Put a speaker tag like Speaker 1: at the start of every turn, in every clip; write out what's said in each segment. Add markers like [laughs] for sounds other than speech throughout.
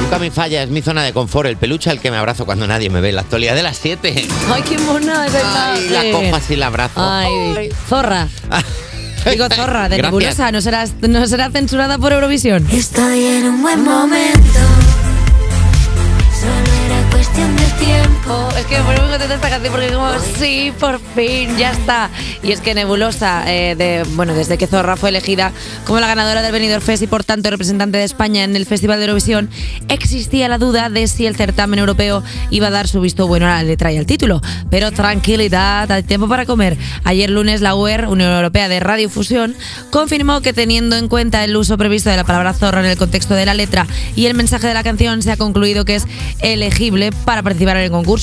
Speaker 1: nunca me falla, es mi zona de confort, el peluche al que me abrazo cuando nadie me ve. La actualidad de las 7.
Speaker 2: Ay, qué mona, es verdad.
Speaker 1: Ay, la
Speaker 2: Sí.
Speaker 1: cojo así, la abrazo. [laughs]
Speaker 2: Ay, zorra. Digo zorra, de
Speaker 1: Gracias.
Speaker 2: nebulosa. ¿No, serás, ¿No será censurada por Eurovisión?
Speaker 3: Estoy en un buen momento. Solo era cuestión de tiempo.
Speaker 2: Es que me pone muy contenta esta canción porque como, sí, por fin, ya está. Y es que Nebulosa, eh, de, bueno, desde que Zorra fue elegida como la ganadora del Benidorm Fest y por tanto representante de España en el Festival de Eurovisión, existía la duda de si el certamen europeo iba a dar su visto bueno a la letra y al título. Pero tranquilidad, hay tiempo para comer. Ayer lunes la UER, Unión Europea de Radiofusión, confirmó que teniendo en cuenta el uso previsto de la palabra zorra en el contexto de la letra y el mensaje de la canción, se ha concluido que es elegible para participar en el concurso.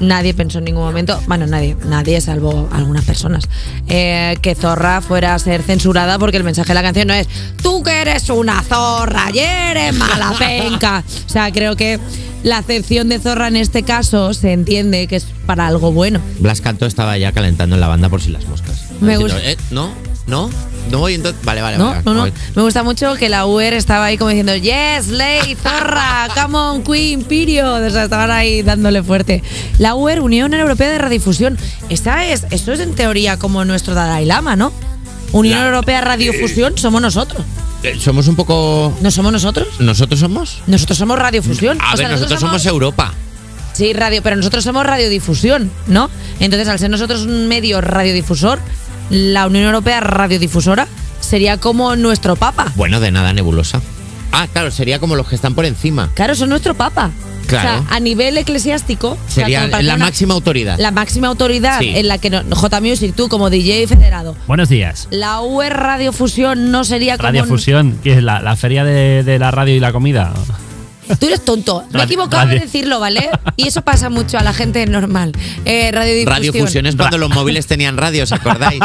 Speaker 2: Nadie pensó en ningún momento, bueno, nadie, nadie salvo algunas personas, eh, que zorra fuera a ser censurada porque el mensaje de la canción no es tú que eres una zorra y eres mala penca. O sea, creo que la acepción de zorra en este caso se entiende que es para algo bueno.
Speaker 1: Blas Cantó estaba ya calentando en la banda por si las moscas.
Speaker 2: Me
Speaker 1: Diciendo,
Speaker 2: gusta.
Speaker 1: "Eh, ¿No? ¿No? ¿No voy entonces? Vale, vale,
Speaker 2: No,
Speaker 1: vale.
Speaker 2: no, no.
Speaker 1: Voy.
Speaker 2: Me gusta mucho que la UER estaba ahí como diciendo, yes, ley, zorra, come on, queen, pirio. O sea, estaban ahí dándole fuerte. La UER, Unión Europea de Radiodifusión. Esa es, eso es en teoría como nuestro Dalai Lama, ¿no? Unión
Speaker 1: La-
Speaker 2: Europea de Radiofusión somos nosotros.
Speaker 1: Eh, Somos un poco...
Speaker 2: ¿No somos nosotros?
Speaker 1: ¿Nosotros somos?
Speaker 2: Nosotros somos Radiofusión.
Speaker 1: A
Speaker 2: O
Speaker 1: ver,
Speaker 2: sea,
Speaker 1: nosotros, somos Europa.
Speaker 2: Sí, radio, pero nosotros somos radiodifusión, ¿no? Entonces, al ser nosotros un medio radiodifusor, la Unión Europea radiodifusora sería como nuestro papa.
Speaker 1: Bueno, de nada nebulosa. Ah, claro, sería como los que están por encima.
Speaker 2: Claro, son nuestro papa.
Speaker 1: Claro.
Speaker 2: O sea, a nivel eclesiástico. o sea,
Speaker 1: Sería
Speaker 2: como para
Speaker 1: la
Speaker 2: una-
Speaker 1: máxima autoridad.
Speaker 2: La máxima autoridad
Speaker 1: Sí.
Speaker 2: en la que no- J Music, tú como DJ federado.
Speaker 4: Buenos días.
Speaker 2: La UR Radiofusión no sería como.
Speaker 4: Radio Fusión, que es la, la feria de, de la radio y la comida.
Speaker 2: [laughs] Tú eres tonto. Me he
Speaker 4: Radio-
Speaker 2: equivocado
Speaker 4: radio-
Speaker 2: de decirlo, ¿vale? Y eso pasa mucho a la gente normal. Eh, radiodifusión.
Speaker 1: Radiofusión es cuando los móviles tenían radio, ¿os
Speaker 2: [laughs]
Speaker 1: acordáis?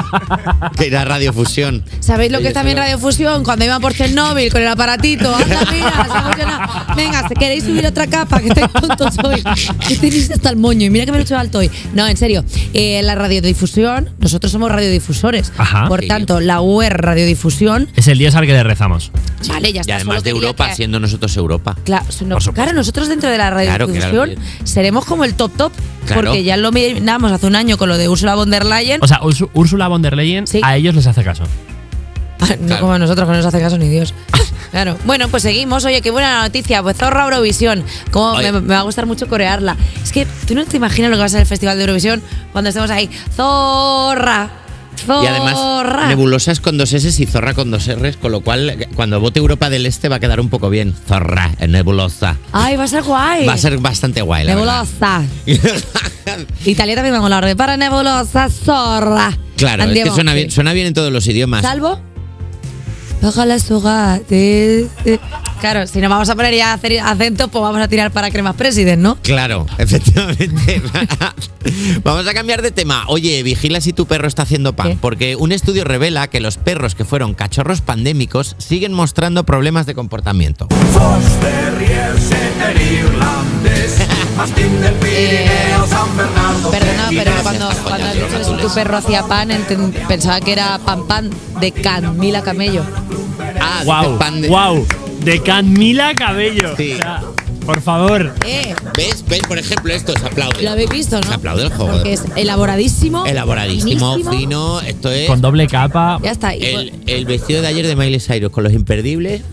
Speaker 1: que era radiofusión.
Speaker 2: ¿Sabéis lo que es también Radiofusión? Cuando iban por Chernóbil con el aparatito. Anda, mira, se ha funcionado. Venga, si queréis subir otra capa, que estáis tontos hoy. Que tenéis hasta el moño. Y mira que me lo he hecho alto hoy. No, en serio. eh, la radiodifusión, nosotros somos radiodifusores.
Speaker 4: Ajá.
Speaker 2: por
Speaker 1: Sí.
Speaker 2: tanto, la UR Radiodifusión.
Speaker 4: Es el dios al que le rezamos.
Speaker 2: Vale, ya
Speaker 1: Y
Speaker 2: está.
Speaker 1: además
Speaker 2: solo
Speaker 1: de
Speaker 2: quería
Speaker 1: Europa,
Speaker 2: que-
Speaker 1: siendo nosotros Europa.
Speaker 2: Claro, no-
Speaker 4: Por supuesto.
Speaker 2: claro, nosotros dentro de la
Speaker 1: Claro,
Speaker 2: radiodifusión
Speaker 1: claro.
Speaker 2: seremos como el top top,
Speaker 1: Claro.
Speaker 2: porque ya lo miramos hace un año con lo de Ursula von der Leyen,
Speaker 4: O sea, Ursu- Úrsula von der Leyen
Speaker 2: Sí.
Speaker 4: a ellos les hace caso.
Speaker 2: no
Speaker 1: Claro.
Speaker 2: como a nosotros, que no nos hace caso
Speaker 1: [laughs]
Speaker 2: ni Dios. Claro. Bueno, pues seguimos. Oye, qué buena noticia. Pues zorra Eurovisión. Como
Speaker 1: Oye.
Speaker 2: me, me va a gustar mucho corearla. Es que tú no te imaginas lo que va a ser el Festival de Eurovisión cuando estemos ahí. Zorra. Zorra.
Speaker 1: Y además, Nebulosa es con dos S y Zorra con dos R's, con lo cual cuando vote Europa del Este va a quedar un poco bien. Zorra, eh, Nebulosa.
Speaker 2: Ay, va a ser guay.
Speaker 1: Va a ser bastante guay, la verdad.
Speaker 2: Nebulosa. Italia también me mola. Ahora, Para Nebulosa, zorra.
Speaker 1: [laughs] Claro, es que
Speaker 2: Andiamo.
Speaker 1: suena bien, suena bien en todos los idiomas.
Speaker 2: Salvo. Bájala su gate. Claro, si nos vamos a poner ya a hacer acento, pues vamos a tirar para cremas president, ¿no?
Speaker 1: Claro, [laughs] efectivamente. Vamos a cambiar de tema. Oye, vigila si tu perro está haciendo pan,
Speaker 2: ¿Qué?
Speaker 1: porque un estudio revela que los perros que fueron cachorros pandémicos siguen mostrando problemas de comportamiento.
Speaker 5: Fos terriers setter irlandés, mastín del Pirineo, San Bernardo.
Speaker 2: Perdona, pero
Speaker 5: Pekinés.
Speaker 2: cuando,
Speaker 1: estas
Speaker 2: cuando has
Speaker 1: coñas
Speaker 2: dicho
Speaker 1: de
Speaker 2: que tu perro hacía pan, enten- pensaba que era pan pan de Camila Camello.
Speaker 1: Ah,
Speaker 4: ¡Wow!
Speaker 1: dice pan de-
Speaker 4: ¡Wow! De Camila Cabello.
Speaker 1: Sí.
Speaker 4: O sea, por favor.
Speaker 2: Eh,
Speaker 1: ¿Ves? ¿Ves? Por ejemplo, esto se aplaude.
Speaker 2: lo habéis visto, ¿no?
Speaker 1: Se aplaude el juego. eh.
Speaker 2: Porque es elaboradísimo.
Speaker 1: Elaboradísimo,
Speaker 2: finísimo.
Speaker 1: fino. Esto es
Speaker 4: Con doble capa.
Speaker 2: Ya está. y
Speaker 1: el, el vestido de ayer de Miley Cyrus con los imperdibles.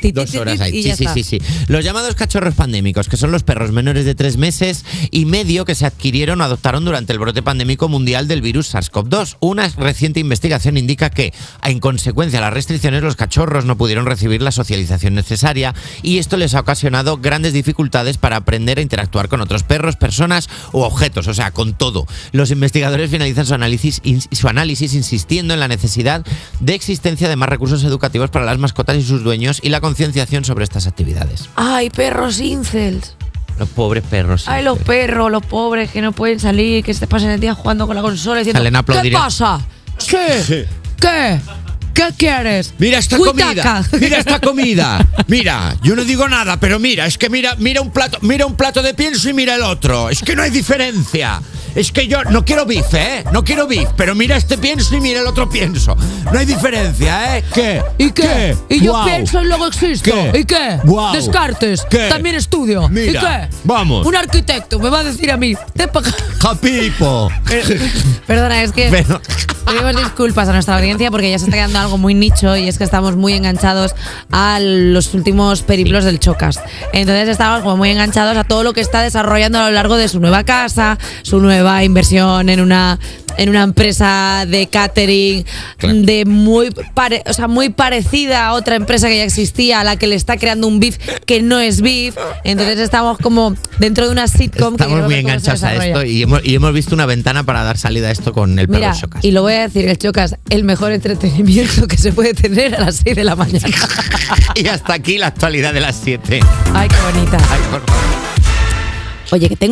Speaker 2: Ti, ti,
Speaker 1: Dos
Speaker 2: ti,
Speaker 1: horas
Speaker 2: ti,
Speaker 1: ahí.
Speaker 2: y
Speaker 1: Sí,
Speaker 2: ya
Speaker 1: sí,
Speaker 2: está.
Speaker 1: sí, sí. Los llamados cachorros pandémicos, que son los perros menores de tres meses y medio que se adquirieron o adoptaron durante el brote pandémico mundial del virus SARS-CoV-2. Una reciente investigación indica que, en consecuencia de las restricciones, los cachorros no pudieron recibir la socialización necesaria y esto les ha ocasionado grandes dificultades para aprender a interactuar con otros perros, personas o objetos, o sea, con todo. Los investigadores finalizan su análisis, ins- su análisis insistiendo en la necesidad de existencia de más recursos educativos para las mascotas y sus dueños y la concienciación sobre estas actividades.
Speaker 2: Ay, perros incels.
Speaker 1: Los pobres perros.
Speaker 2: Ay, los perros, los pobres que no pueden salir, que se pasan el día jugando con la consola diciendo,
Speaker 1: Salen a
Speaker 2: ¿qué
Speaker 1: aplaudir". eh.
Speaker 2: pasa? ¿Qué? ¿Qué? ¿Qué quieres?
Speaker 1: Mira esta
Speaker 2: Huitaca.
Speaker 1: comida,
Speaker 2: [laughs]
Speaker 1: mira esta comida. Mira, yo no digo nada, pero mira, es que mira, mira un plato, mira un plato de pienso y mira el otro. Es que no hay diferencia. es que yo no quiero beef, ¿eh? No quiero beef, pero mira este pienso y mira el otro pienso. No hay diferencia, ¿eh? ¿Qué?
Speaker 6: ¿Y qué? Y yo
Speaker 1: Guau.
Speaker 6: pienso y luego existo.
Speaker 1: ¿Qué?
Speaker 6: ¿Y qué?
Speaker 1: Guau.
Speaker 6: Descartes.
Speaker 1: ¿Qué?
Speaker 6: También estudio. ¿Y
Speaker 1: Mira,
Speaker 6: qué?
Speaker 1: vamos.
Speaker 6: Un arquitecto me va a decir a mí. "Te paga-".
Speaker 1: Japipo.
Speaker 2: Perdona, es que
Speaker 1: Pero-
Speaker 2: pedimos disculpas a nuestra audiencia porque ya se está quedando algo muy nicho y es que estamos muy enganchados a los últimos periplos del Chocas. Entonces estamos como muy enganchados a todo lo que está desarrollando a lo largo de su nueva casa, su nueva inversión en una en una empresa de catering
Speaker 1: Claro.
Speaker 2: de muy pare- o sea, muy parecida a otra empresa que ya existía a la que le está creando un beef que no es beef entonces estamos como dentro de una sitcom
Speaker 1: Estamos
Speaker 2: que queremos
Speaker 1: muy
Speaker 2: ver cómo se
Speaker 1: enganchados a
Speaker 2: desarrolla.
Speaker 1: esto y hemos, y hemos visto una ventana para dar salida a esto con el perro
Speaker 2: Mira,
Speaker 1: Chocas.
Speaker 2: y lo voy a decir, el Chocas, el mejor entretenimiento [laughs] que se puede tener a las 6 de la mañana.
Speaker 1: [laughs] [laughs] Y hasta aquí la actualidad de las 7.
Speaker 2: Ay, qué bonita. Oye, que tengo